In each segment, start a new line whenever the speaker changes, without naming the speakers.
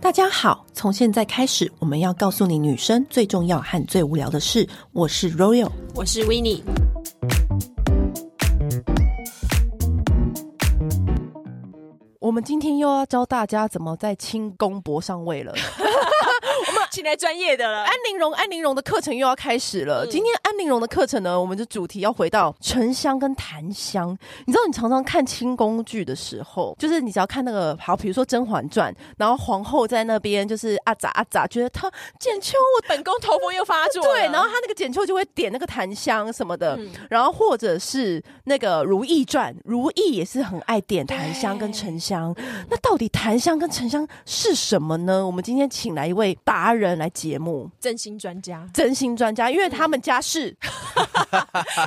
大家好，从现在开始，我们要告诉你女生最重要和最无聊的事。我是 Royal，
我是 w i n n i e
我们今天又要教大家怎么在轻功搏上位了。
请来专业的了
安。陵容，安陵容的课程又要开始了。今天安陵容的课程呢，我们的主题要回到沉香跟檀香。你知道，你常常看清宫剧的时候，就是你只要看那个好，比如说《甄嬛传》，然后皇后在那边就是啊咋啊咋，觉得她简秋我
本宫头风又发作了，
对，然后嗯她那个简秋就会点那个檀香什么的，然后或者是那个《如懿传》，如懿也是很爱点檀香跟沉香。那到底檀香跟沉香是什么呢？我们今天请来一位达人来节目。，
真心专家
真心专家，因为他们家 是、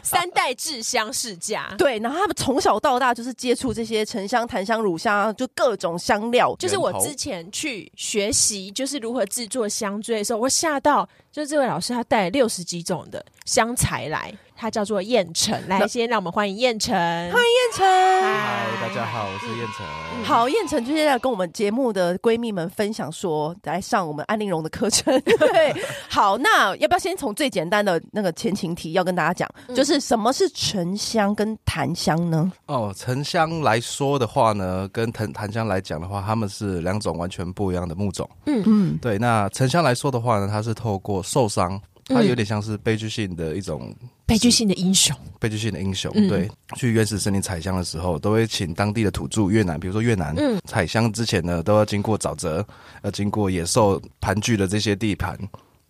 三代制香世家，
对，然后他们从小到大就是接触这些沉香、檀香、乳香，啊就各种香料。
就是我
源头
之前去学习就是如何制作香醉的时候，我吓到，就是这位老师他带六十几种的香材来，他叫做燕城，来
那
先让我们欢迎燕城，
燕城，
嗨，大家好，我是燕城。，
嗯好，燕城就是要跟我们节目的闺蜜们分享说，来上我们安陵容的课程。对，好，那要不要先从最简单的那个前情提要跟大家讲，就是什么是沉香跟檀香呢？
哦，沉香来说的话呢，跟檀檀香来讲的话，它们是两种完全不一样的木种。
嗯，
对，那沉香来说的话呢，它是透过受伤，它
嗯
有点像是悲剧性的一种
悲剧性的英雄，
悲剧性的英雄。
嗯
对，去原始森林采香的时候，都会请当地的土著越南，比如说越南，
嗯
采香之前呢，都要经过沼泽，呃，经过野兽盘踞的这些地盘。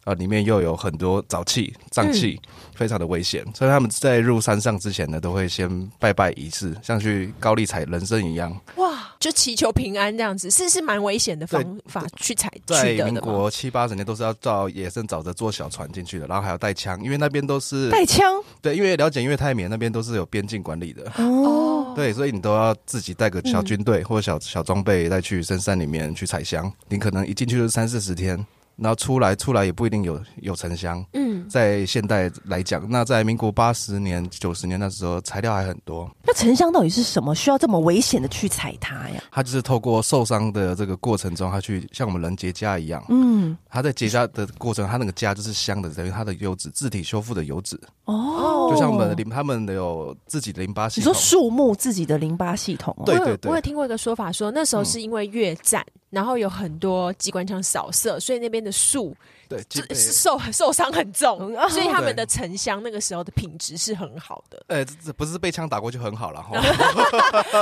啊，里面又有很多沼气、瘴气，
嗯
非常的危险。所以他们在入山上之前呢，都会先拜拜仪式，像去高丽采人参一样。
哇，就祈求平安这样子，是是蛮危险的方法去采
在
取得
民
的吗？
国七八十年，都是要到野生沼泽坐小船进去的，然后还要带枪，因为那边都是
带枪
对，因为了解，因为泰缅那边都是有边境管理的。
哦，嗯
对，所以你都要自己带个小军队或者小小装备带去深山里面去采香。你可能一进去就是三四十天，然后出来出来也不一定有有沉香。
嗯，
在现代来讲，那在民国八十年、九十年那时候，材料还很多，
那沉香到底是什么？需要这么危险的去采它呀？
它就是透过受伤的这个过程中，它去像我们人结痂一样，
嗯，
它在结痂的过程，它那个痂就是香的，等于它的油脂自体修复的油脂，
哦，
就像我们的淋，他们有自己的淋巴系
你说
统。
树木自己的淋巴系统、哦，
对
我有
对嗯
我有听过一个说法说那时候是因为越战，然后有很多机关枪扫射，所以那边的树
对，基
就
本
是受受伤很 重，
嗯
所以他们的
对，
沉香那个时候的品质是很好的
呃，这这不是被枪打过就很好 了哈。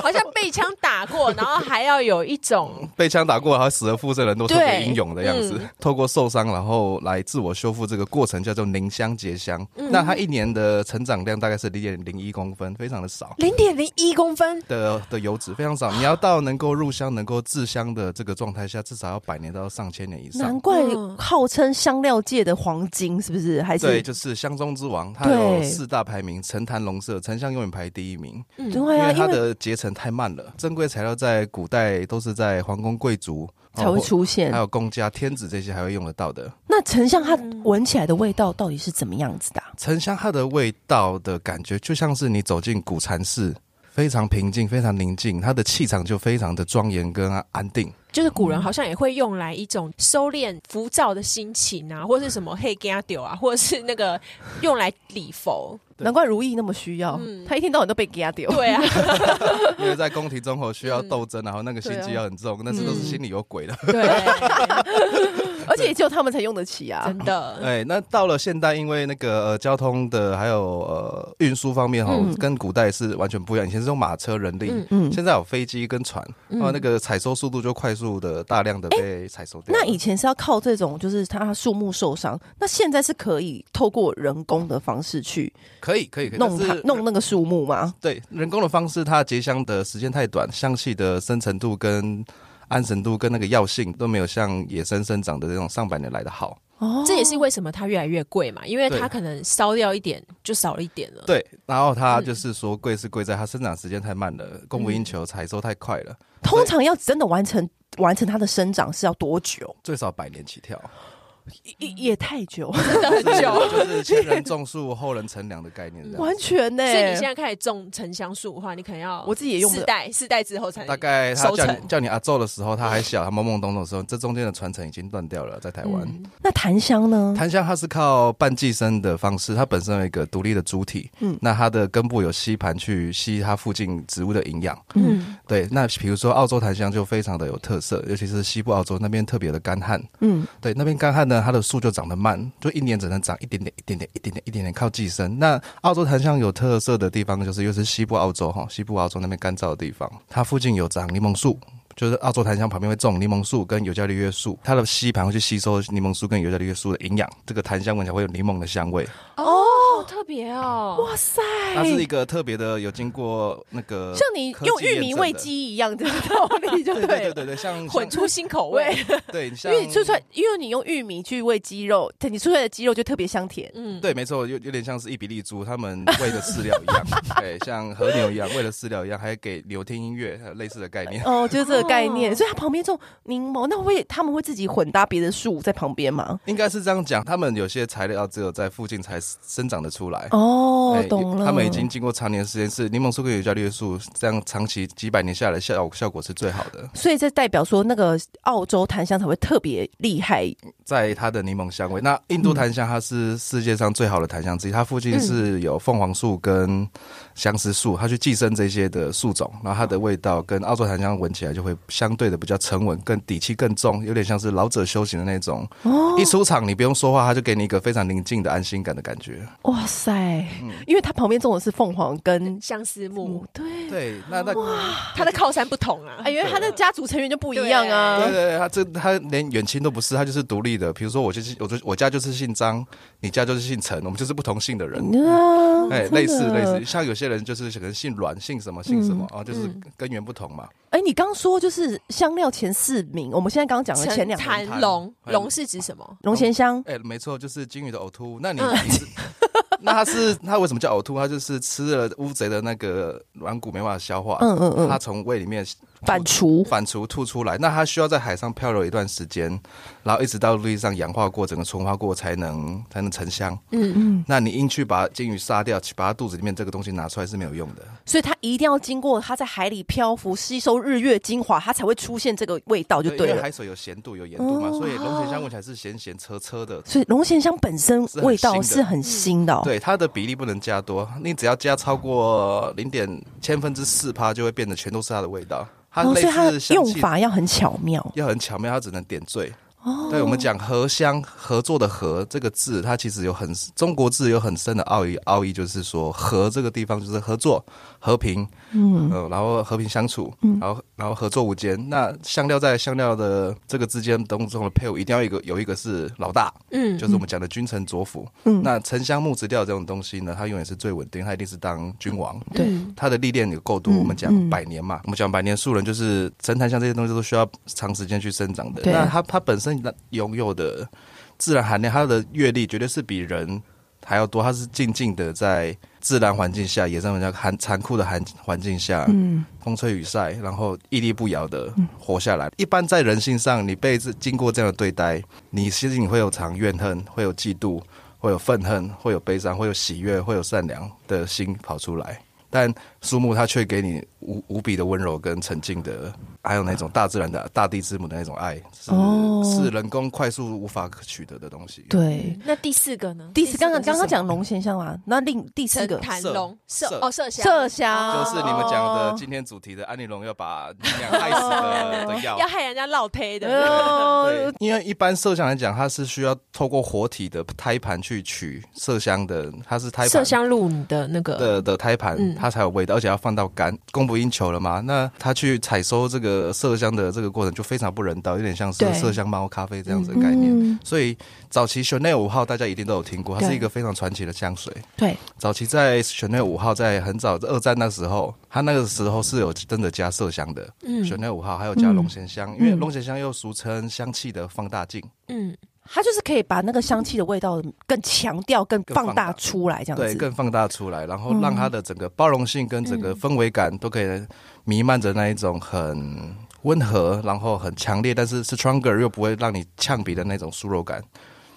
好像被枪打过，然后还要有一种
被枪打过，还死而复生的人都特别
对
英勇的样子。
嗯
透过受伤，然后来自我修复这个过程叫做凝香结香。
嗯
那它一年的成长量大概是零点零一公分，非常的少。
零点零一公分，
的的油脂非常少，你要到能够入香、能够制香的这个状态下，至少要百年到上千年以
难
上。
怪
嗯
号称香料界的黄金，是不是？还是
对，就是香中之王，它
对
有四大排名，陈坛龙社，沉香永远排第一名。
对
因
啊，
为
因
它
为
的哦结成太慢了，珍贵材料在古代都是在皇宫贵族
才会，
哦
出
或
现
还。有公家、天子这些还会用得到的。
那沉香它
嗯
闻起来的味道到底是怎么样子的啊、
沉香它的味道的感觉，就像是你走进古禅寺，非常平静，非常宁静，它的气场就非常的庄严跟安 定。
就是古人好像也会用来一种收敛浮躁的心情啊，或是什么黑加丢啊，或者是那个用来礼佛，
难怪如意那么需要，他一天到晚都被给他丢。
嗯 对啊，
因为在宫廷中后需要斗争，然后那个心机要
嗯
很重，那是都是心里有鬼的。
对，
而且也只有他们才用得起啊
真。的，
哎，那到了现代，因为那个、呃、交通的还有呃运输方面哈、
嗯
跟古代是完全不一样。以前是用马车、人力，
嗯
嗯，
现在有飞机跟船，
嗯
然哦后那个采收速度就快速的大量的被采收掉了。
那以前是要靠这种，就是它树木受伤，那现在是可以透过人工的方式去
可以可以可以，
弄
但
它
是，
弄那个树木吗？
对，人工的方式，它结香的时间太短，香气的深沉度跟安神度跟那个药性都没有像野生生长的这种上百年来的好。
哦
这也是为什么它越来越贵嘛，因为
对
它可能烧掉一点就少了一点了，
对，然后它就是说贵是贵在它生长时间太慢了，供不应求，采收太快了，
嗯
通常要真的完成完成它的生长是要多久？
最少百年起跳。
嗯
也也太久，
很久。
就是前人种树，后人乘凉的概念，这样
完全呢、
所以你现在开始种沉香树的话，你可能要
我自己也用不
四
了
代，四代之后才能
大概他
收
叫
成嗯
你叫你阿昼的时候，他还小，他懵懵懂懂的时候，这中间的传承已经断掉了，在台湾。
嗯
那檀香呢？
檀香它是靠半寄生的方式，它本身有一个独立的主体，
嗯
嗯，那它的根部有吸盘去吸它附近植物的营养，
嗯
对。那比如说澳洲檀香就非常的有特色，尤其是西部澳洲那边特别的干旱，
嗯，
对，那边干旱呢，它的树就长得慢，就一年只能长一点点、一点点、一点点、一点点，靠寄生。那澳洲檀香有特色的地方，就是又是西部澳洲哈，西部澳洲那边干燥的地方，它附近有长柠檬树。就是澳洲檀香旁边会种柠檬树跟尤加利约树，它的吸盘会去吸收柠檬树跟尤加利约树的营养，这个檀香闻起来会有柠檬的香味。
哦，好特别哦，
哇塞，
它是一个特别的，有经过那个
像你
科 技
用玉
验
米
证
喂
的，
鸡一样的道理，就
对
了。
对对对，像
混
像
出新口味。
对，
因
像
为你吃出来，因为你用玉米去喂鸡肉，它你吃出来的鸡肉就特别香甜。
嗯，
对，没错，有有点像是一比利猪，他们喂的饲料一 样，对，像和牛一样，喂的饲料一样，还给牛听音乐，还有类似的概念。
哦，就是这个概念，
哦
所以它旁边种柠檬，那会他们会自己混搭别的树在旁边吗？
应该是这样讲，他们有些材料只有在附近才生长得出来。
哦
哎，
懂了，
他们已经经过常年实验室，柠檬树跟尤加利叶树这样长期几百年下来，效效果是最好的，
所以这代表说，那个澳洲檀香才会特别厉害。
在它的柠檬香味。那印度檀香它是世界上最好的檀香之一，它附近是有凤凰树跟相思树，它去寄生这些的树种，然后它的味道跟澳洲檀香闻起来就会相对的比较沉稳，更底气更重，有点像是老者修行的那种。
哦
一出场你不用说话，它就给你一个非常宁静的安心感的感觉。
哇塞，
嗯
因为它旁边种的是凤凰跟
相思木
母，，对。
对，那那
它的靠山不同啊。
哎，因为它的家族成员就不一样啊
对。对对，他这他连远亲都不是，他就是独立的。比如说，我就是我就我家就是姓张，你家就是姓陈，我们就是不同姓的人。
啊
哎，类似
真的
类似，像有些人就是可能姓阮、姓什么、姓什
嗯
么啊，就是根源不同嘛。
哎，你刚说就是香料前四名，我们现在刚刚讲的呃前两名，
坛
谭龙，
哎
龙是指什么？
龙涎香，
哎，没错，就是金鱼的呕吐物。那你
嗯
你是 那他是他为什么叫呕吐？他就是吃了乌贼的那个软骨没办法消化，
嗯嗯
他
嗯，
从胃里面
反刍，
反刍吐出来。那它需要在海上漂流一段时间，然后一直到陆地上氧化过、整个纯化过，才能才能成香。
嗯，
那你硬去把鲸鱼杀掉，去把它肚子里面这个东西拿出来是没有用的。
所以它一定要经过它在海里漂浮，吸收日月精华，它才会出现这个味道，就对
因为
了。
海水有咸度、有盐度嘛，
哦
所以龙涎香闻起来是咸咸车车的。
所以龙涎香本身
是很
味道
腥的嗯
是很腥的哦，
对它的比例不能加多，你只要加超过零点千分之四趴，就会变得全都是它的味道。它
哦，所
类
以它
似
的
香
用
气
法要很巧妙。
要很巧妙，它只能点缀。对我们讲合香合作的合这个字，它其实有很中国字有很深的奥义，奥义就是说和这个地方就是合作、和平，嗯、呃，然后和平相处，然后然后合作无间。那香料在香料的这个之间当中的配伍，一定要有一个有一个是老大，
嗯
就是我们讲的君臣佐辅。那沉香木质调这种东西呢，它永远是最稳定，它一定是当君王。
对
它的历练有够多，我们讲百年嘛，我们讲百年树人就是神坛像这些东西都需要长时间去生长的。
对
那它它本身拥有的自然含量，它的阅历绝对是比人还要多。它是静静的在自然环境下，野生环境下寒残酷的环环境下，
嗯，
风吹雨晒，然后屹立不摇的活下来。一般在人性上，你被这经过这样的对待，你其实你会有常怨恨，会有嫉妒，会有愤恨，会有悲伤，会有喜悦，会有善良的心跑出来。但树木它却给你无无比的温柔跟沉静的，还有那种大自然的大地之母的那种爱，是、
哦
是人工快速无法取得的东西。
对。
那第四个呢？
第四，刚刚
是
刚刚
什么
讲龙涎香啊，那另第四个
谭
麝
龙麝
麝
哦麝香
麝香
就是你们讲
哦
的今天主题的安利龙要把你俩害死的的药
哦要，害人家落胚的，
哦
对，，因为一般麝香来讲，它是需要透过活体的胎盘去取麝香的，它是胎
麝
盘。
香入你的那个
的的胎盘
嗯，
它才有味道，而且要放到干，供不应求了嘛。那它去采收这个麝香的这个过程就非常不人道，有点像是
对
麝香猫咖啡这样子的概念。
嗯
所以早期 Chanel 五号大家一定都有听过，它
对
是一个非常传奇的香水。
对，
早期在 Chanel 五号在很早在二战那时候，它那个时候是有真的加麝香的。
嗯
Chanel 五号还有加龙涎香，因为
嗯
龙涎香又俗称香气的放大镜。
嗯，
它就是可以把那个香气的味道更强调、更
更
放
放
大
大
出嗯来，这样
对，
子。
更放大出来，然后让它的整个包容性跟整个氛围感都可以弥漫着那一种很 温和，然后很强烈，但是是 stronger 又不会让你呛鼻的那种酥肉感。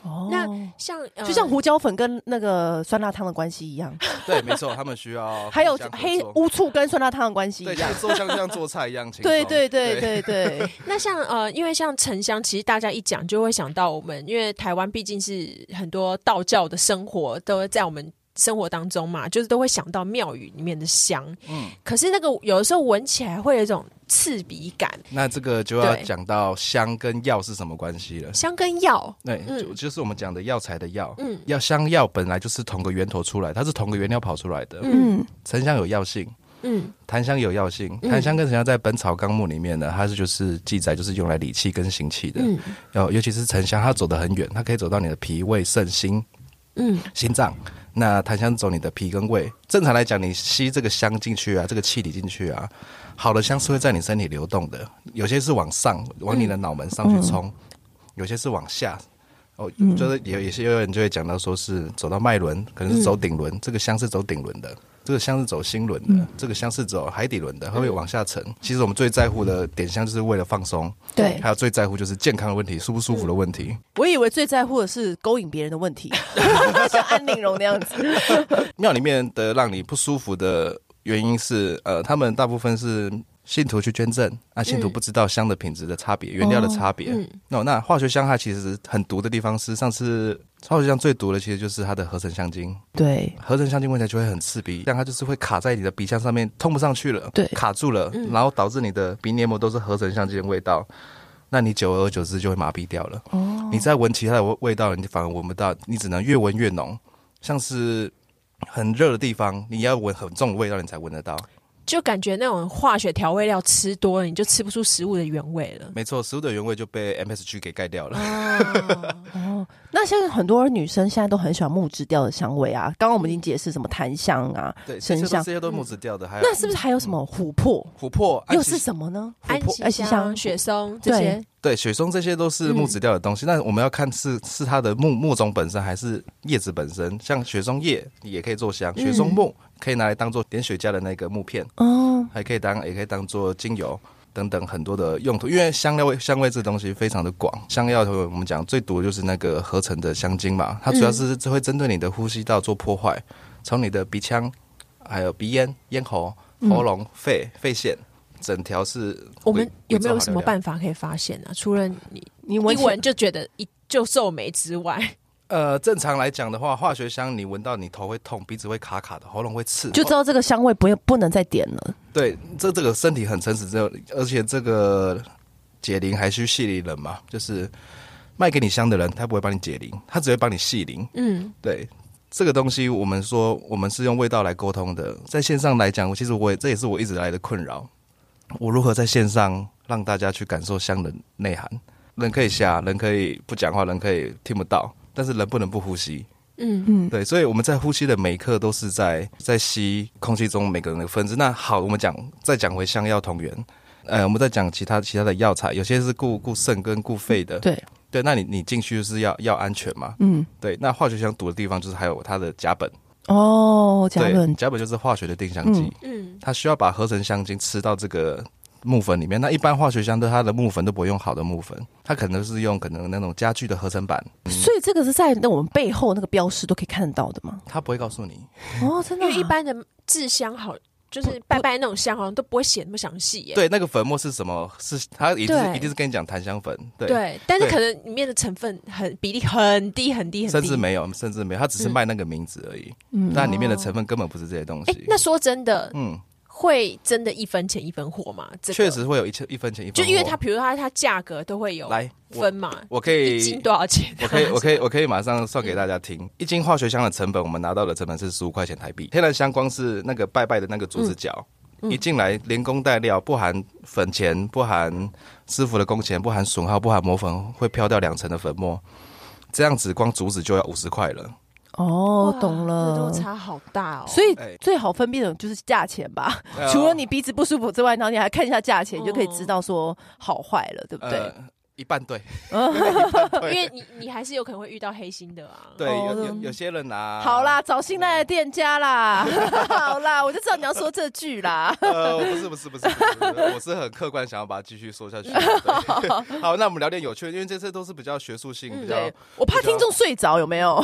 哦
那像、呃
就像胡椒粉跟那个酸辣汤的关系一样，
对，没错，他们需要
还有
互相合
黑
作
乌醋跟酸辣汤的关系一
对，
样
像。做像像做菜一样轻松，
对对对对 对，
那像呃，因为像沉香，其实大家一讲就会想到我们，因为台湾毕竟是很多道教的生活都在我们。生活当中嘛，就是都会想到庙宇里面的香，嗯，可是那个有的时候闻起来会有一种刺鼻感，
那这个就要
对
讲到香跟药是什么关系了。
香跟药，
对，
嗯
就就是我们讲的药材的药，
嗯
药香药本来就是同个源头出来，它是同个原料跑出来的。
嗯，
沉香有药性，
嗯
檀香有药性，檀香跟沉香在《本草纲目》里面呢，它是就是记载就是用来理气跟行气的。
嗯
尤尤其是沉香，它走得很远，它可以走到你的脾胃肾心
嗯
心脏。那檀香走你的脾跟胃，正常来讲，你吸这个香进去啊，这个气体进去啊，好的香是会在你身体流动的，有些是往上，往你的脑门上去冲，有些是往下。哦，就是有有些有人就会讲到说是走到脉轮，可能是走顶轮，这个香是走顶轮的，这个香是走心轮的，这个香是走海底轮的，它会往下沉。其实我们最在乎的点香就是为了放松，
对嗯
还有最在乎就是健康的问题，舒不舒服的问题。
我以为最在乎的是勾引别人的问题，像安陵容那样子。
庙里面的让你不舒服的原因是，呃，他们大部分是信徒去捐赠，啊，信徒不知道香的品质的差别、原料的差别。
嗯
那、那化学香它其实很毒的地方是，上次化学香最毒的其实就是它的合成香精，
对，
合成香精闻起来就会很刺鼻，但它就是会卡在你的鼻腔上面，通不上去了，
对嗯
卡住了，然后导致你的鼻黏膜都是合成香精的味道。那你久而久之就会麻痹掉了。哦，你再闻其他的味味道，你反而闻不到，你只能越闻越浓。像是很热的地方，你要闻很重的味道，你才闻得到。
就感觉那种化学调味料吃多了，你就吃不出食物的原味 了。
没错，食物的原味就被 MSG 给盖掉
嗯
了。
哦那现在很多女生现在都很喜欢木质调的香味啊。刚刚我们已经解释什么檀香啊，
对，
沉
这些都
香，
这些都木质调的，还有
那是不是还有什么琥珀？
琥珀，安
又
息
是什么呢？
安
珀
安
息
息
香、
香
雪松这
对
些，
对，雪松这些都是
嗯
木质调的东西，但我们要看是是它的木木种本身还是叶子本身。像雪松叶也可以做香，雪
嗯
松木可以拿来当做点雪茄的那个木片，
哦，
还可以当也可以当做精油等等很多的用途。因为香料味香味这东西非常的广，香料头我们讲最毒的就是那个合成的香精嘛，它主
嗯
要是会针对你的呼吸道做破坏，从你的鼻腔、还有鼻咽、咽喉、喉咙、肺、肺腺。整条是
嗯我们有没有什么
法？
办法可以发现呢、除了你
你
一
闻起
闻就觉得一就皱眉之外，
呃，正常来讲的话，化学香你闻到你头会痛，鼻子会卡卡的，喉咙会刺，
就知道这个香味不不能再点了。
对，这这个身体很诚实，这而且这个解铃还需系铃人嘛，就是卖给你香的人，他不会帮你解铃，他只会帮你系铃。
嗯，
对，这个东西我们说我们是用味道来沟通的，在线上来讲，其实我也这也是我一直来的困扰，我如何在线上让大家去感受香的内涵？人可以瞎，人可以不讲话，人可以听不到，但是人不能不呼吸。
嗯
嗯
对，所以我们在呼吸的每一刻都是在在吸空气中每个人的分子。那好，我们讲再讲回香药同源，呃，我们再讲其他其他的药材，有些是顾顾肾跟顾肺的。
对，
对，那你你进去就是要要安全嘛？
嗯，
对，那化学香毒的地方就是还有它的甲苯，
哦，加
对，
润，
甲苯就是化学的定香剂，
嗯
它需要把合成香精吃到这个木粉里面。那一般化学香对它的木粉都不会用好的木粉，它可能是用可能那种家具的合成板，
所以这个是在那我们背后那个标识都可以看得到的吗？
它不会告诉你。
哦，真的
因
啊，
为一
嗯
般的制香好，就是拜拜那种香好像都不会写那么详细耶。
对，那个粉末是什么？是它一定是
对
一定是跟你讲檀香粉，对，
对但是
对
可能里面的成分很比例很低很低很
甚
低，
至没有，甚至没有，它
嗯
只是卖那个名字而已，
嗯
但里面的成分根本不是这些东
哎、
西。
哦那说真的，
嗯，
会真的一分钱一分货吗？这个
确，实会有一千一分钱一分
就
货，
因为它，比如说它它价格都会有
来我
分嘛，
我可
一
以
斤多少钱、啊？
我可以，我可以，
是吧
我可以马上算给大家听。一斤化学香的成本，我们拿到的成本是十五块钱台币。天然香光是那个拜拜的那个竹
嗯
子角，一进来连工带料，不含粉钱，不含师傅的工钱，不含损耗，不含磨粉，会飘掉两层的粉末。这样子光竹子就要五十块了。
哦，
哇
懂
这都
了。
差好大哦。
所以
哎
最好分辨的就是价钱吧，除了你鼻子不舒服之外，然后你还看一下价钱，你就可以知道说好坏了，对不对？
呃一 半对，
因为你你还是有可能会遇到黑心的啊。
对，
哦
有有有些人拿
好，啦，找信赖的店家 啦。好啦，我就知道你要说这句啦。
呃，不是不是不是，不是不是我是很客观，想要把它继续说下 去。对好，那我们聊点有趣的，因为这次都是比较学术性，比较
嗯对，我怕听众睡着，有没有？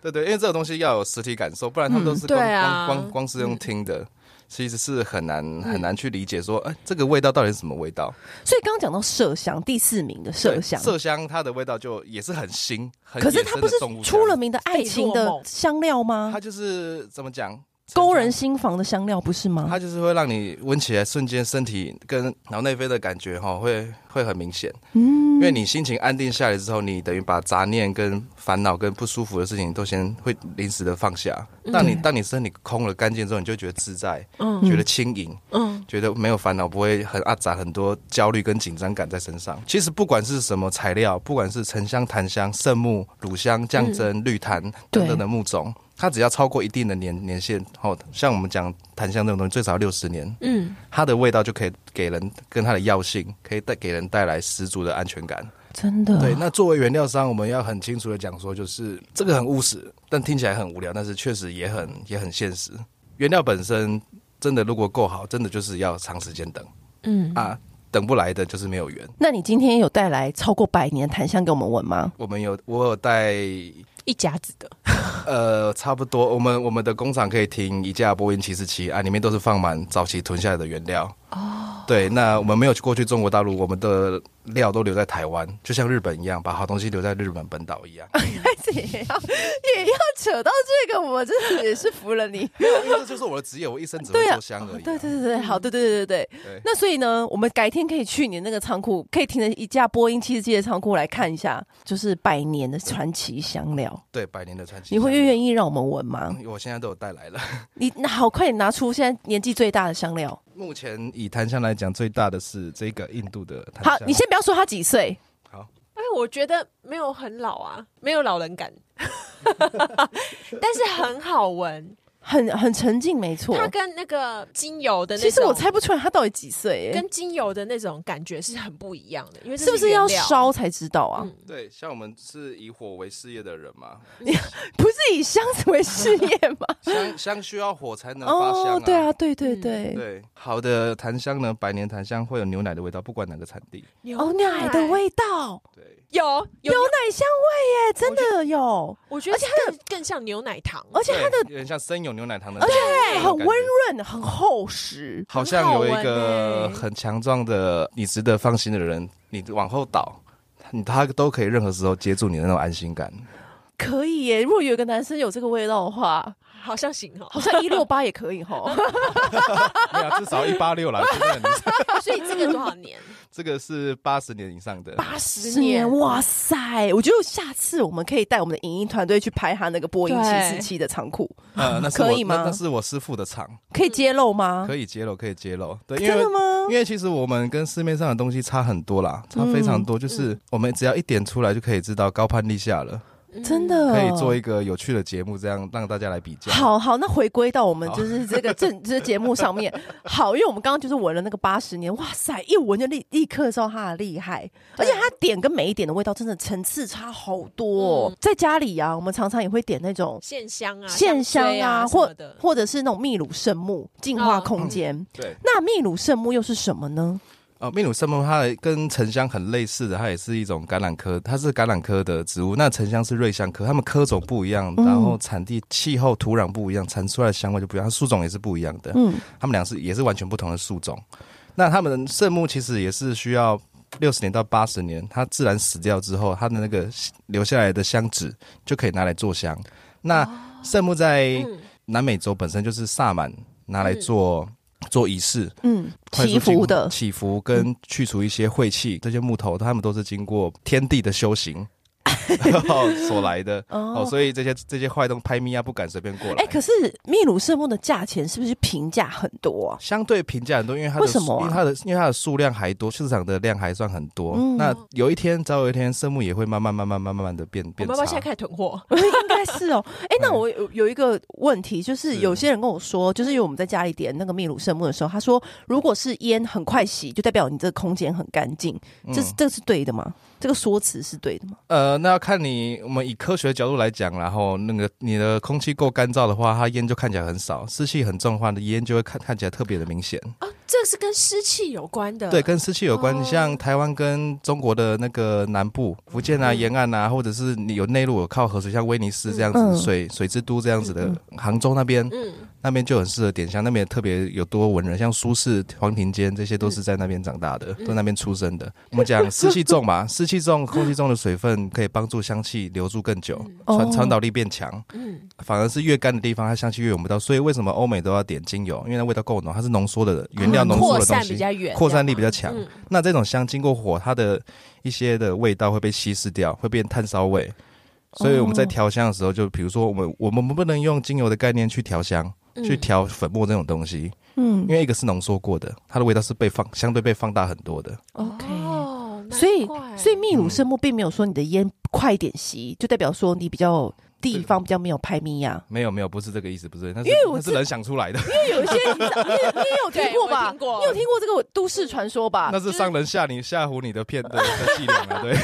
对对对，因为这个东西要有实体感受，不然他们都
嗯
是光、
对啊
光光光是用听的，其实是很难
嗯
很难去理解说，哎、这个味道到底是什么味道？
所以刚刚讲到麝香，第四名的麝香，
麝香它的味道就也是很新，很
可是
野
它
生
不
的
是
动物
出了
香，
名的爱情的香料吗
它？就是怎么讲，
勾人心房的香料不是吗
它？就是会让你闻起来瞬间身体跟脑内啡的感觉哈、会会很明显。嗯，因为你心情安定下来之后，你等于把杂念、跟烦恼、跟不舒服的事情都先会临时的放下。当你当你身体空了、干净之后，你就觉得自在，
嗯
觉得轻盈，
嗯，
觉得没有烦恼，不会很阿杂很多焦虑跟紧张感在身上。其实不管是什么材料，不管是沉香、檀香、圣木、乳香、降真、绿檀等等的木种，它只要超过一定的年年限，后，像我们讲檀香这种东西，最少六十年，
嗯，
它的味道就可以给人跟它的药性，可以带给人带来十足的安全感。
真的，
对，那作为原料商，我们要很清楚的讲说，就是这个很务实，但听起来很无聊，但是确实也很也很现实。原料本身真的如果够好，真的就是要长时间等，嗯啊，等不来的就是没有缘。
那你今天有带来超过百年的檀香给我们闻吗？
我们有我有带
一甲子的，
呃，差不多，我们我们的工厂可以停一架波音七四七啊，里面都是放满早期囤下来的原料。哦，对，那我们没有去过去中国大陆，我们的料都留在台湾，就像日本一样，把好东西留在日本本岛一样。
开始 也要也要扯到这个，我真的也是服了 你。
没有因为这就是我的职业，我一生只会
对啊
做香而已、啊。
对对对对，好，对对对对对
对。
那所以呢，我们改天可以去你那个仓库，可以停着一架波音七十七的仓库来看一下，就是百年的传奇香料，
对百年的传奇，
你会愿意让我们闻
嗯
吗？
我现在都有带来了。
你那好，快点拿出现在年纪最大的香料。
目前以檀香来讲，最大的是这个印度的
嗯
檀香。
好，你先不要说他几岁，
好，
哎，我觉得没有很老啊，没有老人感， 但是很好闻。
很很沉静，没错。
它跟那个精油的那种，
其实我猜不出来他到底几岁、欸，
跟精油的那种感觉是很不一样的，因为这
是不是要
原料？嗯
烧才知道啊？
对，像我们是以火为事业的人嘛，
不是以箱子为事业 吗？
香香需要火才能发香、
对啊，，对
嗯
对对，
对，好的檀香呢，百年檀香会有牛奶的味道，不管哪个产地。
哦，奶的味道，
对，
有
有，
有
奶香味耶，真的有，
我觉得它更更像牛奶糖，
而且它
对
的
有点像生有牛奶糖的，
而且
那种
很
感觉
温。润，很厚实。
好像有一
很好
个
闻欸
很强壮的，你值得放心的人，你往后倒，你他都可以任何时候接住你的那种安心感。
可以耶，如果有一个男生有这个味道的话，
好像行哦。
好像一六 八也可以吼。
没有，至少一八六 啦，
所以这个多少年？
这个是八十年以上的。
八十
十年，哇塞！我觉得下次我们可以带我们的影音团队去拍他那个波音七四七的仓库，
呃，那是
可
我
以吗
那那是我师傅的厂，
可以揭露吗？
可以揭露，可以揭露。对，因
啊真
为
的吗？
因为其实我们跟市面上的东西差很多啦，差非常多。就是我们只要一点出来，就可以知道高攀立下了，
真的
可以做一个有趣的节目，这样让大家来比较。，
嗯好好，那回归到我们
好
就是这个正这节目上面，好，因为我们刚刚就是闻了那个八十年，哇塞，一闻就立立刻知道它的厉害，而
对
且它点跟每一点的味道真的层次差好多、哦
嗯
在家里啊，我们常常也会点那种
线香啊，
线香
锥啊什
或
么的，
或者是那种秘鲁圣木净化空间、
对，
那秘鲁圣木又是什么呢？
呃，秘鲁圣木它跟沉香很类似的，它也是一种橄榄科，它是橄榄科的植物。那沉香是瑞香科，它们科种不一样，
嗯
然后产地、气候、土壤不一样，产出来的香味就不一样，它树种也是不一样的。
嗯，
它们俩是也是完全不同的树种。那它们圣木其实也是需要六十年到八十年，它自然死掉之后，它的那个留下来的香脂就可以拿来做香。那
哦
圣木在
嗯
南美洲本身就是萨满拿来做、做仪式，
嗯，
快速
祈
进
福的嗯
祈福跟去除一些晦气，这些木头它们都是经过天地的修行。所来的哦，所以这些这些坏东拍咪呀啊不敢随便过来
哎，。可是秘鲁圣木的价钱是不是平价很多啊？
相对平价很多，因为它的
为什么啊
因为它的因为它的数量还多，市场的量还算很多。
嗯
那有一天，早有一天，生木也会慢慢慢慢慢慢慢的变
我
变
们要不
差
要。现在开始囤货？
应该是哦。哎、那我有有一个问题，就是
嗯是
有些人跟我说，就是因为我们在家里点那个秘鲁圣木的时候，他说如果是烟很快洗，就代表你这个空间很干净，
嗯
这是、这是对的吗？这个说辞是对的吗？
呃，那要看你我们以科学角度来讲，然后那个你的空气够干燥的话，它烟就看起来很少；湿气很重的话，烟就会看看起来特别的明显。
啊，这是跟湿气有关的。
对，跟湿气有关。
哦
你像台湾跟中国的那个南部、福建啊、
嗯
沿岸啊，或者是你有内陆有靠河水，像威尼斯这样子、
嗯
水水之都这样子的，
嗯
杭州那边
嗯，
那边就很适合点香，那边也特别有多文人，像苏轼、黄庭坚这些都是在那边长大的，
嗯
都在那边出生的。我们讲湿气 重嘛，湿气重，空气中的水分可以帮助香气留住更久，传
哦
传导力变强。
嗯
反而是越干的地方，它香气越闻不到。所以为什么欧美都要点精油？因为它味道够浓，它是浓缩的原料，浓缩
啊扩
的东
散比
西。
较远，
扩散力
较
比较强，那这种香经过火，它的一些的味道会被稀释掉，会变炭烧味。所以我们在
哦
调香的时候，就比如说我们我们不能用精油的概念去调香，去调粉末这种东西，
嗯
因为一个是浓缩过的，它的味道是被放相对被放大很多的。
，OK。
哦，
所以
难怪，
所以
嗯
秘鲁圣木并没有说你的烟快一点吸，就代表说你比较地方比较没有排咪呀。
没有没有，不是这个意思，不是，那是
因为我
那是
知
人想出来的，
因为有一些你知道你你也有
对
听过
我
吧？
听过
你有听过这个都市传说吧？
那是
啊就是
上人下你吓唬你 的骗的的伎俩啊，对，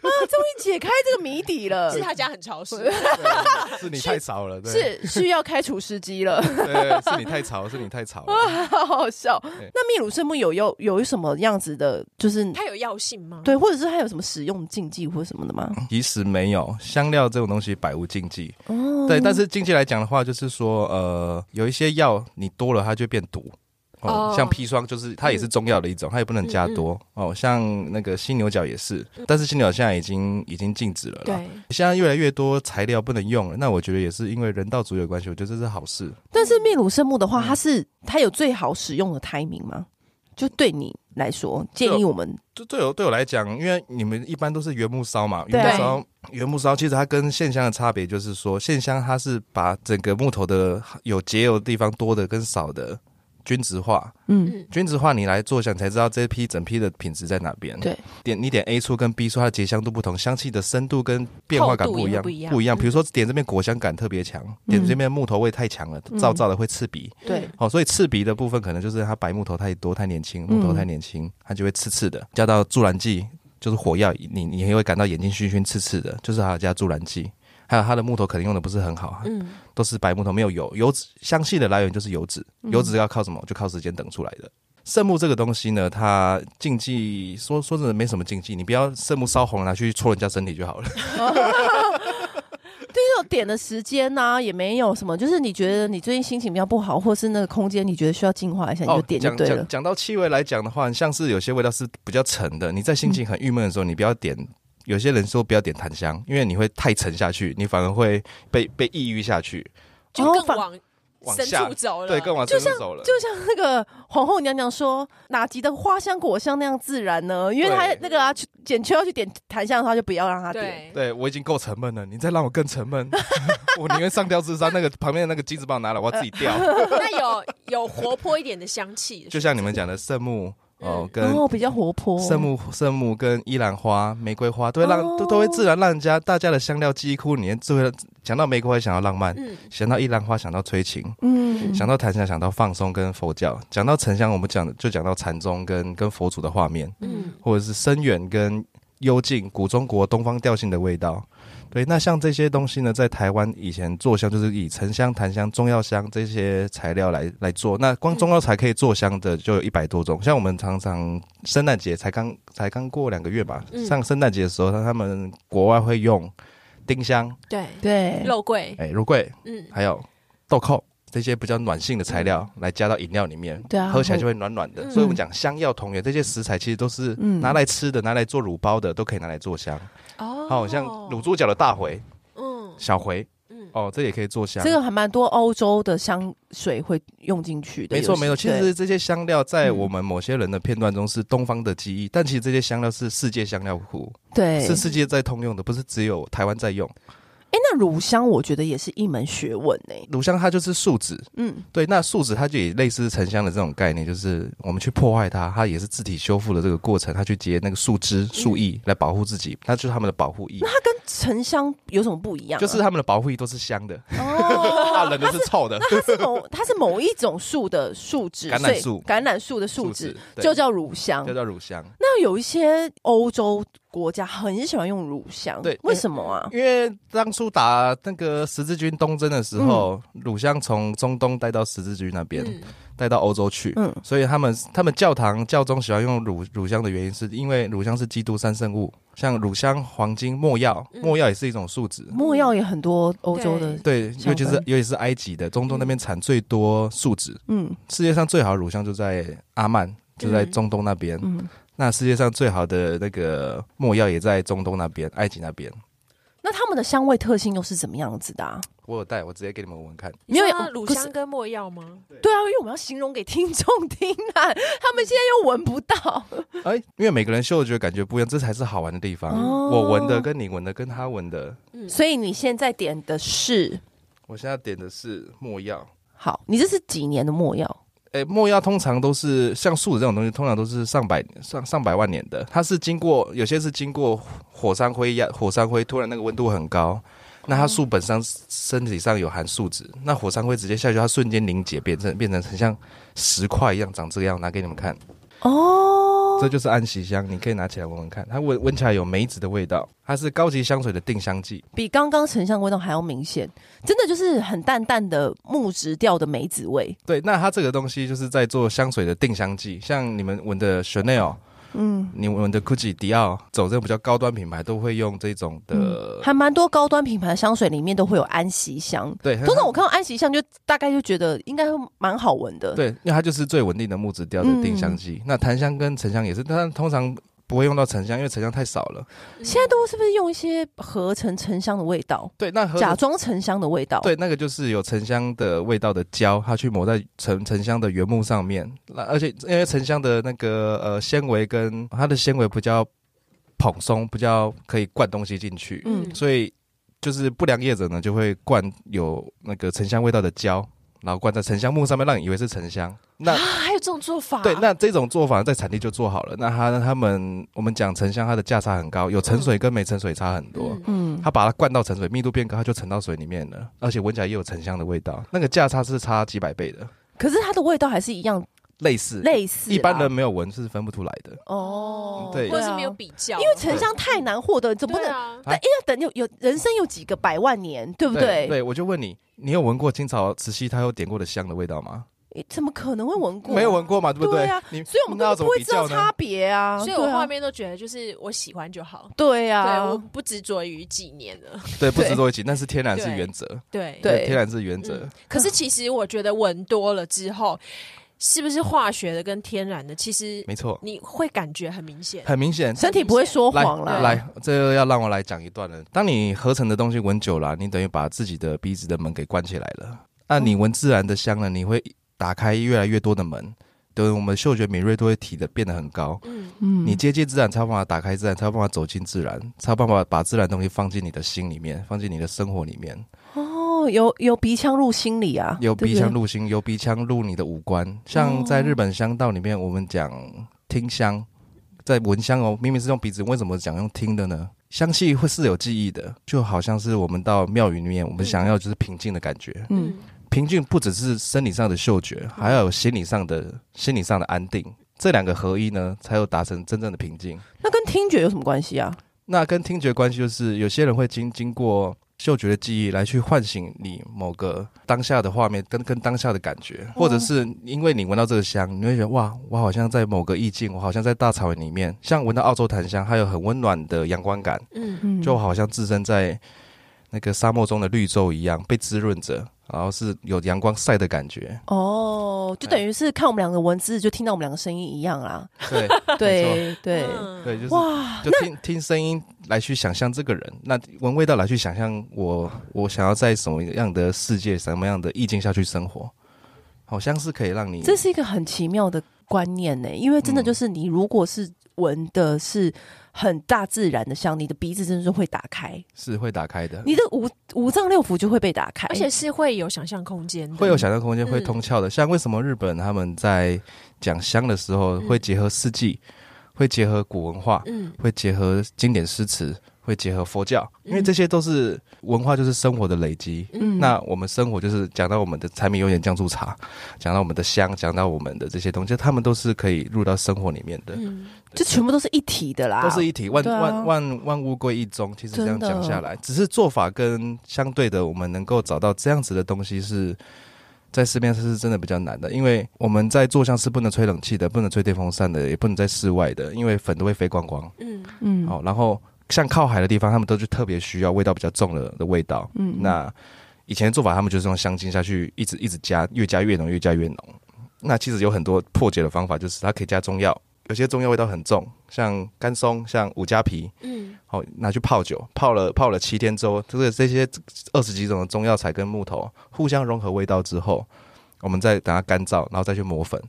终于解开这个谜底 了
是。他家很潮湿，
对是你太吵了，对，
是需要开除司机了，
对，是你太吵，是你 太吵了。
好好笑
对。
那秘鲁圣木有有有什么样子的，就是
它有药性吗？
对，或者是它有什么使用禁忌或什么的吗？
其实没有香料这种东西百无禁忌，
嗯
哦
嗯对，但是经济来讲的话，就是说，呃，有一些药你多了它就变毒。哦
哦，嗯
像砒霜就是它也是中药的一种，它也不能加多哦。像那个犀牛角也是，但是犀牛角现在已经已经禁止了啦。
嗯对，
现在越来越多材料不能用了，那我觉得也是因为人道主义的关系，我觉得这是好事。
但是秘鲁圣木的话，
嗯
它是它有最好使用的 timing 吗？就对你来说，建议我们
就对我对我来讲，因为你们一般都是原木烧嘛，
对
原木烧，原木烧其实它跟线香的差别就是说，线香它是把整个木头的有结油的地方多的跟少的均值化，
嗯，
均值化你来做香，你才知道这批整批的品质在哪边。
嗯对，
点你点 A 处跟 B 处，它的结香度不同，香气的深度跟变化感不
厚
一样，
度也不一样嗯
比如说点这边果香感特别强，点这边木头味太强了，
嗯
燥燥的会刺鼻。
嗯
对
哦，所以刺鼻的部分可能就是它白木头太多太年轻，木头太年轻，它就会刺刺的。加到助燃剂，就是火药，你你也会感到眼睛熏熏刺刺的，就是还有加助燃剂。还有它的木头可能用的不是很好，啊
嗯，
都是白木头，没有油。油脂香气的来源就是油脂，油脂要靠什么？就靠时间等出来的。圣木这个东西呢，它禁忌说说真的没什么禁忌，你不要圣木烧红了拿去戳人家身体就好了。
这种点的时间呢、也没有什么，就是你觉得你最近心情比较不好，或是那个空间你觉得需要净化一下，你就点就
哦讲
对了
讲。讲到气味来讲的话，像是有些味道是比较沉的，你在心情
嗯
很郁闷的时候，你不要点。有些人说不要点檀香，因为你会太沉下去，你反而会被被抑郁下去，
就
哦
更
反
往
往
深
下
处走了，
对，更往深处走了。
就像那个皇后娘娘说，哪集的花香果香那样自然呢？因为她
对
那个啊，去简秋要去点檀香的话，就不要让她点。
对，
对我已经够沉闷了，你再让我更沉闷， 我宁愿上吊自杀。那个旁边的那个金子棒拿来，我要自己掉。
那有有活泼一点的香气，
就像你们讲的圣木哦
嗯，
然
跟
后比较活泼，
圣木、圣木跟依兰花、玫瑰花，都会让、
哦
都都会自然让人家大家的香料记忆库里面，就会想到玫瑰花想到浪漫，
嗯
想到依兰花想到催情，
嗯，
想到檀香想到放松跟佛教，讲到沉香我们讲的就讲到禅宗跟跟佛祖的画面，
嗯，
或者是深远跟幽静，古中国东方调性的味道。对，那像这些东西呢，在台湾以前做香就是以沉香、檀香、中药香这些材料来来做。那光中药材可以做香的就有一百多种。像我们常常圣诞节才刚才刚过两个月吧，
嗯
上圣诞节的时候，他们国外会用丁香、
对，
对，
肉桂，
哎、肉桂，
嗯，
还有豆蔻这些比较暖性的材料来加到饮料里面，
嗯对啊
喝起来就会暖暖的。
嗯
所以我们讲香药同源，这些食材其实都是
嗯
拿来吃的，拿来做乳包的，都可以拿来做香。
哦
好、像卤猪脚的大茴、
嗯
小茴，
嗯，
哦，这也可以做香。
这个还蛮多欧洲的香水会用进去的。
没错
有时
没错，其
对嗯
实这些香料在我们某些人的片段中是东方的记忆，但其实这些香料是世界香料库，
对
是世界在通用的，不是只有台湾在用。
哎，那乳香我觉得也是一门学问呢、
乳香它就是树脂，
嗯，
对，那树脂它就也类似沉香的这种概念，就是我们去破坏它，它也是自体修复的这个过程，它去结那个树
嗯
枝、树液来保护自己，那就是它们的保护翼，
它跟沉香有什么不一样啊、
就是它们的保护翼都是香的，
哦，
啊，人的是臭的，
它是某它是某一种树的树脂，
橄榄
所以
树
橄榄树的树
树
脂
脂
就
对
叫乳香
就。叫乳香。
那有一些欧洲国家很喜欢用乳香，
对
为什么啊？
因为当初打那个十字军东征的时候，
嗯
乳香从中东带到十字军那边，
嗯
带到欧洲去，
嗯
所以他们他们教堂教宗喜欢用乳乳香的原因，是因为乳香是基督三圣物，像乳香、黄金、没药，
嗯
没药也是一种树脂。
墨药也很多欧洲的，
对，
香
尤其是
氛
尤其是埃及的中东那边产最多树脂，
嗯
世界上最好的乳香就在阿曼，就在
嗯
中东那边。
嗯。
那世界上最好的那个没药也在中东那边，埃及那边。
那它们的香味特性又是怎么样子的、啊？
我有带，我直接给你们 闻看。
因
没
为
有
乳
可
香
是
跟没药吗？
对啊，因为我们要形容给听众听啊， 他们现在又闻不到。
哎，因为每个人嗅觉感觉不一样，这才是好玩的地方。
哦
我闻的跟你闻的跟他闻的，
所以你现在点的是
我现在点的是墨药。
好，你这是几年的墨药？
哎，墨药通常都是像树脂这种东西，通常都是上百上上百万年的。它是经过有些是经过火山灰压，火山灰突然那个温度很高，那它树本上身体上有含树脂，那火山灰直接下去，它瞬间凝结，变成变成很像石块一样长这个样。拿给你们看，
哦，
这就是安息香，你可以拿起来闻闻看，它闻闻起来有梅子的味道，它是高级香水的定香剂。
比刚刚沉香味道还要明显，真的就是很淡淡的木质调的梅子味。
对，那它这个东西就是在做香水的定香剂，像你们闻的 Chanel，嗯，你闻的 Gucci、迪奥，走这种比较高端品牌都会用这种的，
还蛮多高端品牌的香水里面都会有安息香。
对，
通
它
常我看到安息香，就大概就觉得应该会蛮好闻的。，
对，因为它就是最稳定的木质调
嗯
的定香剂。那檀香跟沉香也是，但通常不会用到沉香，因为沉香太少了。
现在都是不是用一些合成沉香的味道，
对，那和
假装沉香的味道？，
对，那个就是有沉香的味道的胶，它去抹在沉沉香的原木上面。那而且因为沉香的那个呃纤维跟它的纤维比较蓬松，比较可以灌东西进去，
嗯
所以就是不良业者呢就会灌有那个沉香味道的胶，然后灌在沉香木上面，让你以为是沉香。那、
啊，还有这种做法？
对，那这种做法在产地就做好了。那他他们我们讲沉香，它的价差很高，有沉水跟没沉水差很多。
嗯
嗯，
它把它灌到沉水，密度变高，它就沉到水里面了，而且闻起来也有沉香的味道，那个价差是差几百倍的，
可是它的味道还是一样
类似
类似啦。
一般人没有闻是分不出来的。
哦，
嗯对
或者
啊
是没有比较，
因为沉香太难获得，总不
对
能
啊，
要等有有人生有几个百万年，对不
对
哦对？
我就问你，你有闻过清朝慈禧她有点过的香的味道吗？
诶怎么可能会闻过？
没有闻。过嘛，对不
对
对
啊？
你
所以我们根
那要
本
怎
不
么
会
比
知道
较
差
呢？
别啊，
所以我
对啊
后面都觉得就是我喜欢就好。
对
对，
啊
我，不执着于几年了。
对，不值多一起，那是天然是
对
原则，
对
对
天然是原则
嗯。可是其实我觉得闻多了之后，是不是化学的跟天然的，其实
没错，
你会感觉很明显。
很明显。
身体不会说
来
谎啦。
来，这个要让我来讲一段了。当你合成的东西闻久了啊、你等于把自己的鼻子的门给关起来了。那、你闻自然的香呢，你会打开越来越多的门，对我们的嗅觉敏锐度会提的变得很高。
嗯，
嗯
你接近自然，才有办法打开自然，才有办法走进自然，才有办法把自然东西放进你的心里面，放进你的生活里面。
哦，由由鼻腔入心里啊，
由
对不
鼻
对
腔入心，由鼻腔入你的五官。像在日本香道里面，我们讲听香，在闻香哦，明明是用鼻子，为什么讲用听的呢？香气会是有记忆的，就好像是我们到庙宇里面，我们想要就是平静的感觉。
嗯，
平静不只是生理上的嗅觉，还要有心理上的心理上的安定。这两个合一呢，才有达成真正的平静。
那跟听觉有什么关系啊？
那跟听觉关系就是，有些人会经经过嗅觉的记忆来去唤醒你某个当下的画面跟跟当下的感觉，或者是因为你闻到这个香，你会觉得哇，我好像在某个意境，我好像在大草原里面，像闻到澳洲檀香，它有很温暖的阳光感，
嗯，
嗯，
就好像置身在那个沙漠中的绿洲一样，被滋润着。然后是有阳光晒的 感觉。
哦，
哎
就等于是看我们两个文字，就听到我们两个声音一样 啦。
对
对对，
嗯
对，就是
哇，
就听听声音来去想象这个人，那闻味道来去想象我我想要在什么样的世界、什么样的意境下去生活，好像是可以让你
这是一个很奇妙的观念呢、因为
嗯
真的就是你如果是闻的是很大自然的香，你的鼻子真的是会打开，
是会打开的，
你的五五脏六腑就会被打开，
而且是会有想象空间的，
会有想象空间，会
嗯
通窍的。像为什么日本他们在讲香的时候
嗯
会结合四季，会结合古文化，
嗯
会结合经典诗词，会结合佛教，因为这些都是文化，就是生活的累积。
嗯
那我们生活就是讲到我们的柴米油盐酱醋茶，讲到我们的香，讲到我们的这些东西，他们都是可以入到生活里面的，
嗯，
就全部都是一体的啦，
都是一体，万、
对啊
万万万物归一中。其实这样
真的
讲下来，只是做法跟相对的，我们能够找到这样子的东西是。在市面上是真的比较难的，因为我们在做香是不能吹冷气的，不能吹电风扇的，也不能在室外的，因为粉都会飞光光。
嗯
嗯
哦，然后像靠海的地方，他们都是特别需要味道比较重的的味道。
嗯
那以前的做法，他们就是用香精下去，一直一直加，越加越浓，越加越浓。那其实有很多破解的方法，就是它可以加中药，有些中药味道很重，像甘松、像五加皮，
嗯
好、拿去泡酒，泡了泡了七天之后，这个这些二十几种的中药材跟木头互相融合味道之后，我们再等它干燥，然后再去磨粉，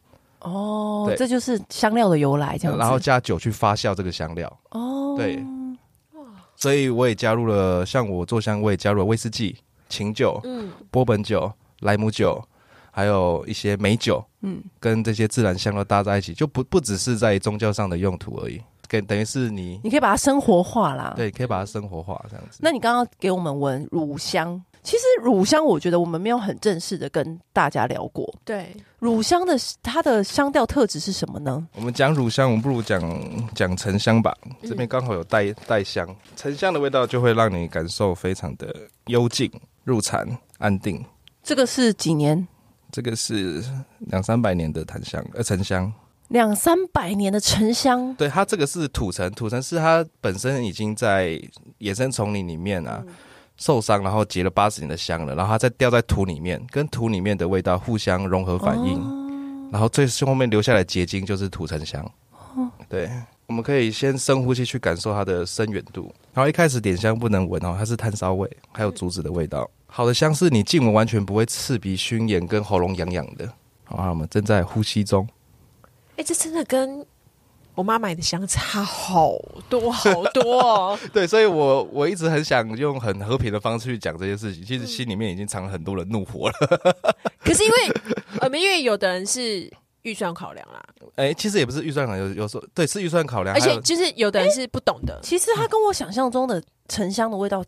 哦
对，
这就是香料的由来，这样子，
然后加酒去发酵这个香料。
哦，
对所以我也加入了，像我做香，我也加入了威士忌、琴酒、
嗯
波本酒、莱姆酒，还有一些美酒，
嗯，
跟这些自然香料搭在一起，就不不只是在宗教上的用途而已，给等于是你
你可以把它生活化啦，
对可以把它生活化这样子。
那你刚刚给我们闻乳香，其实乳香我觉得我们没有很正式的跟大家聊过，
对，
乳香的它的香调特质是什么呢？
我们讲乳香，我们不如讲讲沉香吧。
嗯
这边刚好有带带香，沉香的味道就会让你感受非常的幽静、入禅、安定。
这个是几年？
这个是两三百年的檀香，呃，沉香。
两三百年的沉香，
对，它这个是土城，土城是它本身已经在野生丛林里面啊、受伤，然后结了八十年的香了，然后它再掉在土里面，跟土里面的味道互相融合反应，然后最后面留下来结晶就是土城香。对，我们可以先深呼吸去感受它的深远度，然后一开始点香不能闻哦，它是炭烧味，还有竹子的味道。好的香是你进闻完全不会刺鼻、熏眼跟喉咙痒痒的。好，那我们正在呼吸中。
哎，这真的跟我妈买的香差好多好多 哦，
对，所以我我一直很想用很和平的方式去讲这些事情，其实
嗯
心里面已经藏了很多的怒火了。
可是因为呃，因为有的人是预算考量啦，
哎，其实也不是预算考量，有有时候对是预算考量，
而
啊还
且
有
就是有的人是不懂的，
其实它跟我想象中的沉香的味道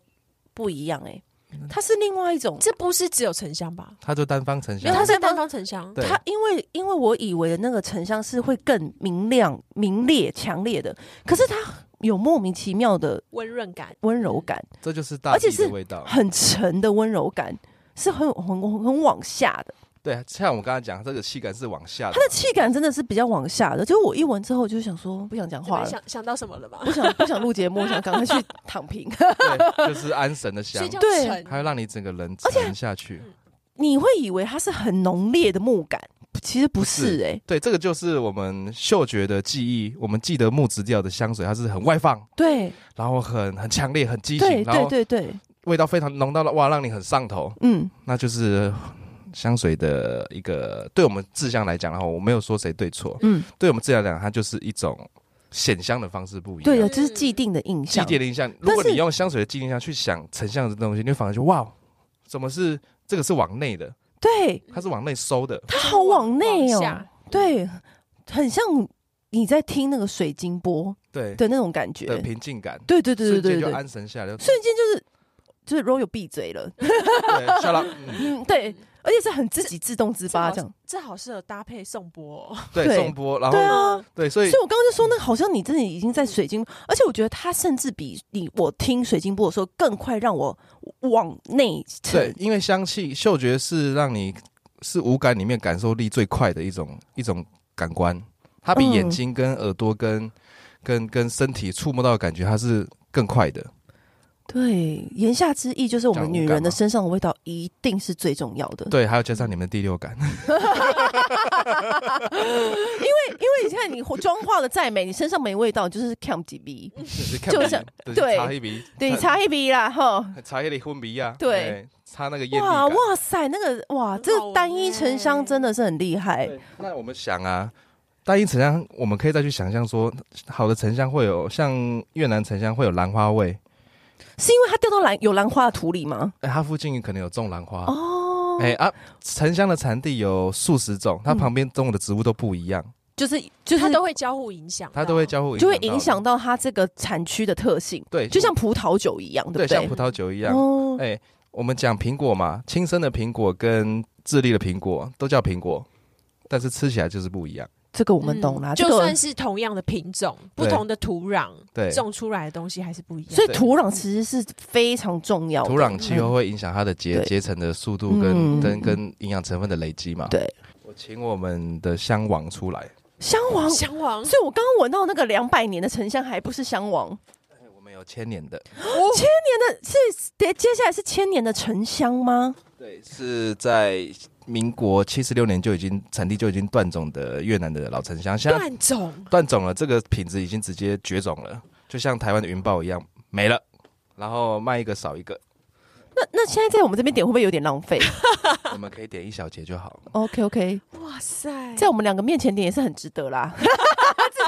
不一样哎、它是另外一种。
这不是只有沉香吧？
它就单方沉
没
香
有，，它
是
是单方沉香，
对
它因为因为我以为的那个沉香是会更明亮、明烈、强烈的，可是它有莫名其妙的
温润感，
温柔感，
这就是大
而且
地的
是
味道。
很沉的温柔感，是很很很很往下的。
对，像我刚才讲，这个气感是往下的
它，的气感真的是比较往下的，就是我一闻之后就想说不想讲
这
话
边
了，
想想到什么了 吗？
不想不想录节 目，想赶快去躺平。
对，就是安神 的香
睡，觉
对
沉，
它会让你整个人沉下去。
你会以为它是很浓烈的木感，其实不是哎、
对，这个就是我们嗅觉的记忆，我们记得木质调的香水，它是很外放，
对
然后很很强烈、很激情，
对
然
对
后
对对，
味道非常浓到了哇，让你很上头。
嗯，
那就是香水的一个，对我们志向来讲的话，我没有说谁对错，
嗯，
对我们志向来讲，它就是一种显香的方式不一样。
对的，
嗯
就是既定的印
祭
象。
奠的印象，如果你用香水的祭奠印象去想成像的东西，你会反而就哇，怎么是这个是往内的，
对，
它是往内收的，
它好往内
往下
哦，对，很像你在听那个水晶波
对
的那种感觉。
的平静感，
对对对对
瞬
对
间
对
就
对，
安神下来，
瞬间就是就是 Royal 闭嘴了，
对，笑了，嗯
嗯，对，而且是很自己自动自发这样。
这好适合搭配颂钵哦、
对，
对
送波，然后
对啊，
对，所以
所以我刚刚就说，那个好像你真的已经在水晶，而且我觉得它甚至比你我听水晶波的时候更快让我往内
对
沉，。
因为香气嗅觉是让你是五感里面感受力最快的一种一种感官，它比
嗯
眼睛跟耳朵跟、跟跟身体触摸到的感
嗯
觉，它是更快的。
对，言下之意就是我们女人的身上的味道一一定是最重要的。
对，还有加上你们的第六感，
嗯 因为因为你看你妆化的再美，你身上没味道，你就是 cam 几鼻，
嗯就
像对
对擦一鼻，
对，你擦一鼻啦，吼。
擦一鼻昏鼻呀，
对
哎，擦那个艳丽
哇
感。
哇塞，那个哇，这
好
个单一沉香真的是很厉害。
对那我们想啊，单一沉香，我们可以再去想象说，好的沉香会有像越南沉香会有兰花味，
是因为它掉到兰有兰花的土里吗？
哎，它附近可能有种兰花。
哦，嗯
哎啊，沉香的产地有数十种，它旁边种的植物都不一样，
就是 就是
它都会交互影响，啊
它都会。交互
就会
到
影响到它这个产区的特性，
对，
就像葡萄酒一样，
对
对不
像
对？
葡萄酒一样。
哦，
哎、我们讲苹果嘛，亲生的苹果跟智利的苹果都叫苹果，但是吃起来就是不一样。
这个我们懂啦，
嗯
这
就
个
算是同样的品种，不
对
同的土壤
对，
种出来的东西还是不一样。
所以
对
土壤其实是非常重要的。
土壤气候会影响它的结
对
结成的速度跟、
嗯
跟跟营养成分的累积嘛。
对，
我请我们的香王出来，
香王，所
香王
以我刚刚闻到那个两百年的沉香还不是香王，
哎我们有千年的，
千年的是接接下来是千年的沉香吗？
对，是在民国七十六年就已经产地就已经断种的越南的老沉香，现在
断种，
断种了，这个品质已经直接绝种了，就像台湾的云豹一样没了，然后卖一个少 一个，
那那现在在我们这边点会不会有点浪费
我们可以点一小节就好。
？OK OK，
哇塞！
在我们两个面前点也是很值得啦。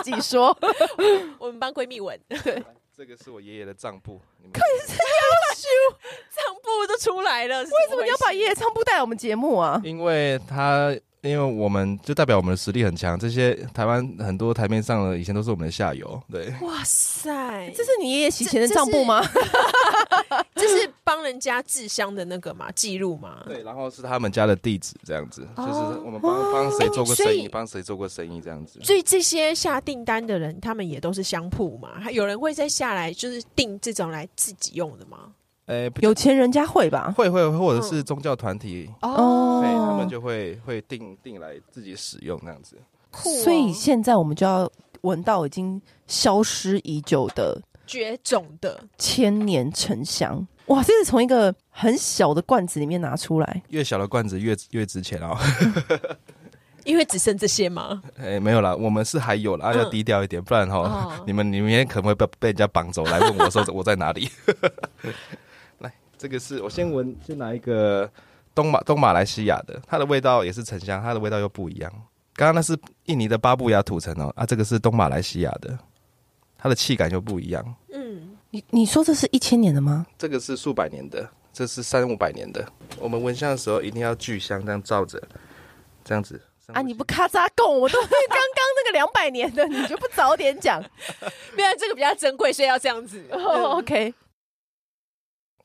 自己说，
我们帮闺蜜闻， 账
这个是我爷爷的账簿，你们
簿都出来了，为
为什么你要把爷爷仓布带来我们节目啊？
因为他。因为我们就代表我们的实力很强，这些台湾很多台面上的以前都是我们的下游，对，
哇塞，
这
这
是你爷爷洗钱的账簿吗？
这是帮人家制香的那个嘛记录 嘛？
对，然后是他们家的地址这样子，
哦
就是我们帮帮谁做过
所
生
以
意，帮谁做过生意这样子。
所以这些下订单的人，他们也都是香铺嘛？还有人会再下来就是订这种来自己用的吗？
呃，不
有钱人家会吧？
会会或
嗯
者是宗教团体，
哦
对他们就会会定定来自己使用这样子。
酷哦
所以现在我们就要闻到已经消失已久的
绝种的，
千年沉香。哇，这是从一个很小的罐子里面拿出来，
越小的罐子越越值钱哦。
因为只剩这些吗？
哎，没有啦，我们是还有啦，啊要
嗯
低调一点，不然哈
哦，
你们你们明天可能会被被人家绑走来问我说我在哪里。 来，这个是我先闻，先拿一个东马东马来西亚的，它的味道也是沉香，它的味道又不一样。刚刚那是印尼的巴布亚土城哦，啊，这个是东马来西亚的，它的气感又不一样。
嗯，
你你说这是一千年的吗？
这个是数百年的，这是三五百年的。我们闻香的时候一定要巨香这样照着，这样子。
啊，你不咔嚓供，我都刚刚那个两百年的，你就不早点讲、
没有这个比较珍贵，所以要这样子。
哦、？OK，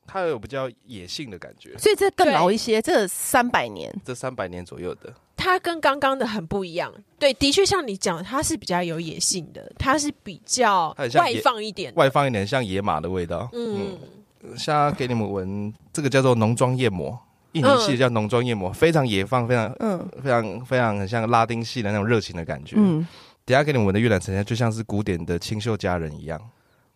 它有比较野性的感觉。
所以这更
对
老一些，这三百年。
这三百年左右的，
它跟刚刚的很不一样。对，的确像你讲，它是比较有野性的，它是比较
它很像
外
野
放一点的。
外放一点像野马的味道。
嗯，
现在给你们闻，这个叫做浓妆艳抹，印尼系的叫浓妆艳抹，非常野放，非常
嗯
非常非常很像拉丁系的那种热情的感觉。
嗯，
等一下给你们闻的越南沉香，就像是古典的清秀佳人一样，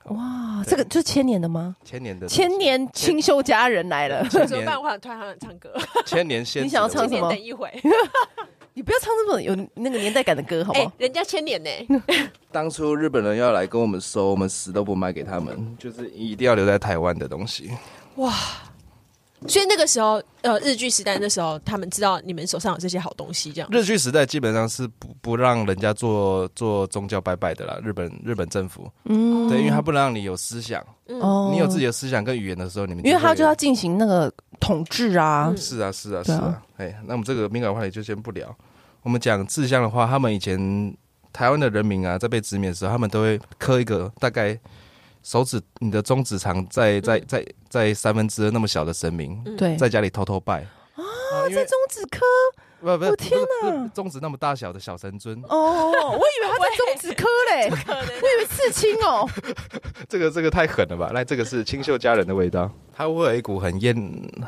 哇，这个就是千年的吗？
千年的
千年清修佳人来了，
千
怎么办？
年
我想突然想 唱歌，
千年仙子的味道。
你想要唱
千
什
年
么
等一回。
你不要唱这种有那个年代感的歌， 好不
哎、
好？
人家千年呢、
当初日本人要来跟我们收，我们死都不卖给他们，就是一定要留在台湾的东西。
所以那个时候，呃，日剧时代那时候，他们知道你们手上有这些好东西，这样。
日据时代基本上是不不让人家做做宗教拜拜的啦，日本日本政府，
嗯，
对，因为他不能让你有思想，
哦
你有自己，的思想跟语言的时候，你们
因为他
会
就要进行那个统治啊
嗯，
是啊是啊是
对啊
啊，哎，那我们这个敏感话题就先不聊。我们讲志向的话，他们以前台湾的人民啊，在被殖民的时候，他们都会刻一个大概手指你的中指长在在在在三分之二那么小的神明，
对，
在家里偷偷拜啊，因为
在嗯中指科
不不
我
是
天
不是
哪
不是中指那么大小的小神尊，
哦，我以为他 在中指科嘞，
可
我
能
以为刺青哦，
这个这个太狠了吧？来，这个是清秀佳人的味道，它会有一股很烟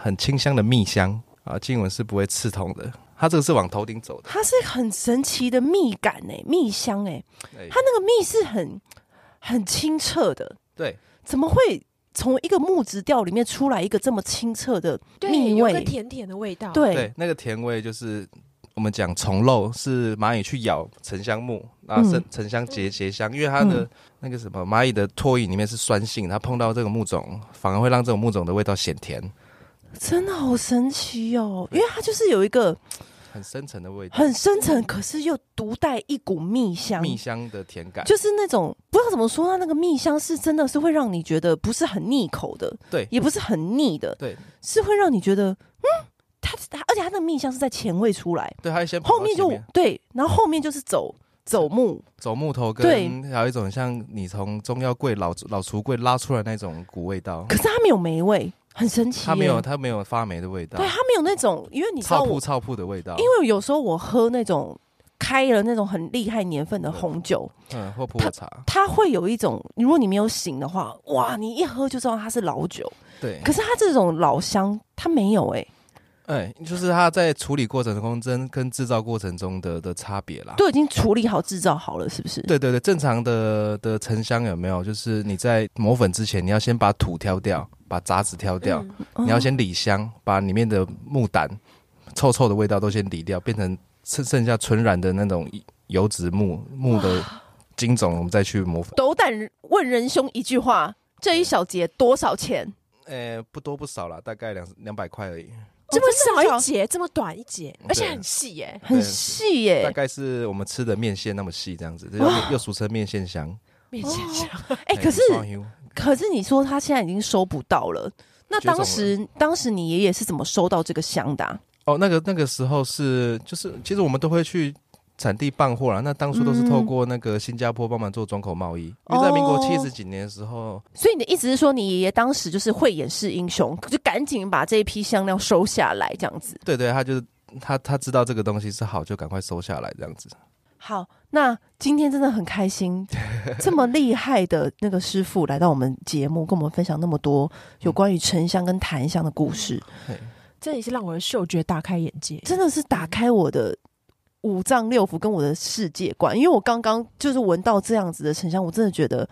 很清香的蜜香啊，静雯是不会刺痛的，它这个是往头顶走的，
它是很神奇的蜜感哎，蜜香哎，
哎
它那个蜜是很很清澈的，
对，
怎么会从一个木质调里面出来一个这么清澈的
对，
蜜
有个
味，
甜甜的味道，，
对
对，那个甜味就是我们讲虫肉是蚂蚁去咬沉香木，然
嗯
后沉沉香结结香，因为它的那个什么蚂蚁的唾液里面是酸性，它碰到这个木种，反而会让这种木种的味道显甜，
真的好神奇哦，因为它就是有一个
很深层的味道，
很深沉，可是又独带一股蜜香，
蜜香的甜感。
就是那种不知道怎么说，它那个蜜香是真的是会让你觉得不是很腻口的，
对
也不是很腻的，
对
是会让你觉得嗯，它它而且它那个蜜香是在前味出来，
对，它先跑到
后面就
前嗯
对，然后后面就是走走木，
走木头
对
跟，还有一种像你从中药柜老老橱柜拉出来那种古味道
可，是它没有霉味，很神奇耶、
它没有它没有发霉的味道
对，它没有那种，因为你知道
草
我
铺，草铺的味道，
因为有时候我喝那种开了那种很厉害年份的红酒，
嗯或普洱茶，
它会有一种，如果你没有醒的话，哇，你一喝就知道它是老酒。
对，
可是它这种老香，它没有哎、
哎，就是它在处理过程中跟跟制造过程中的的差别啦。
都已经处理好制造好了，是不是？
对对对，正常的的沉香有没有？就是你在磨粉之前，你要先把土挑掉，把杂质挑掉，
嗯，
嗯，
你要先理香，把里面的木胆臭臭的味道都先理掉，变成剩剩下纯然的那种油脂木木的精种，我们再去磨粉。
斗胆问仁兄一句话：这一小节多少钱？
呃，不多不少啦，大概两两百块而已，
哦
这么
真的很
少
少
一节，这么短一节，而且很细耶，
很细耶、
大概是我们吃的面线那么细这样子，这叫又俗称面线香。
面前香，
哎、可是
哎双油
可是你说他现在已经收不到了，那
绝种
当时当时你爷爷是怎么收到这个香的啊、
哦，那个那个时候是就是，其实我们都会去产地办货啦。那当初都是透
嗯
过那个新加坡帮忙做转口贸易，因为在民
哦
国七十几年的时候，
所以你的意思是说，你爷爷当时就是慧眼识英雄，就赶紧把这一批香料收下来，这样子。
对对，他就是他他知道这个东西是好，就赶快收下来这样子。
好，那今天真的很开心，这么厉害的那个师傅来到我们节目，跟我们分享那么多有关于沉香跟檀香的故事，嗯
这也是让我的嗅觉大开眼界。
真的是打开我的五脏六腑跟我的世界观。因为我刚刚就是闻到这样子的沉香，我真的觉得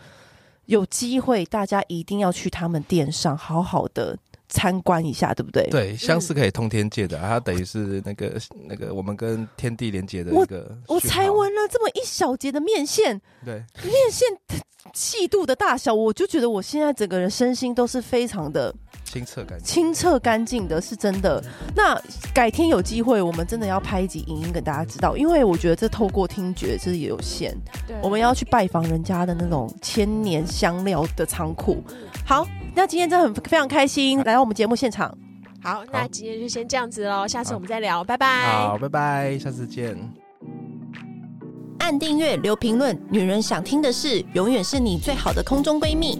有机会大家一定要去他们店上好好的参观一下，对不对？
对，香是可以通天界的啊，它等于是那个那个我们跟天地连接的
我
一个
我
讯
才
号
闻了这么一小节的面线，
对，
面线细度的大小，我就觉得我现在整个人身心都是非常的
清澈感觉。
清澈干净的，是真的。那改天有机会，我们真的要拍一集影音给大家知道，因为我觉得这透过听觉这是有限，
对
我们要去拜访人家的那种千年香料的仓库。好，那今天真的很非常开心来到我们节目现场。
好，那
好
今天就先这样子喽，下次
好
我们再聊，拜拜。
好，拜拜，下次见。
按订阅，留评论，女人想听的事，永远是你最好的空中闺蜜。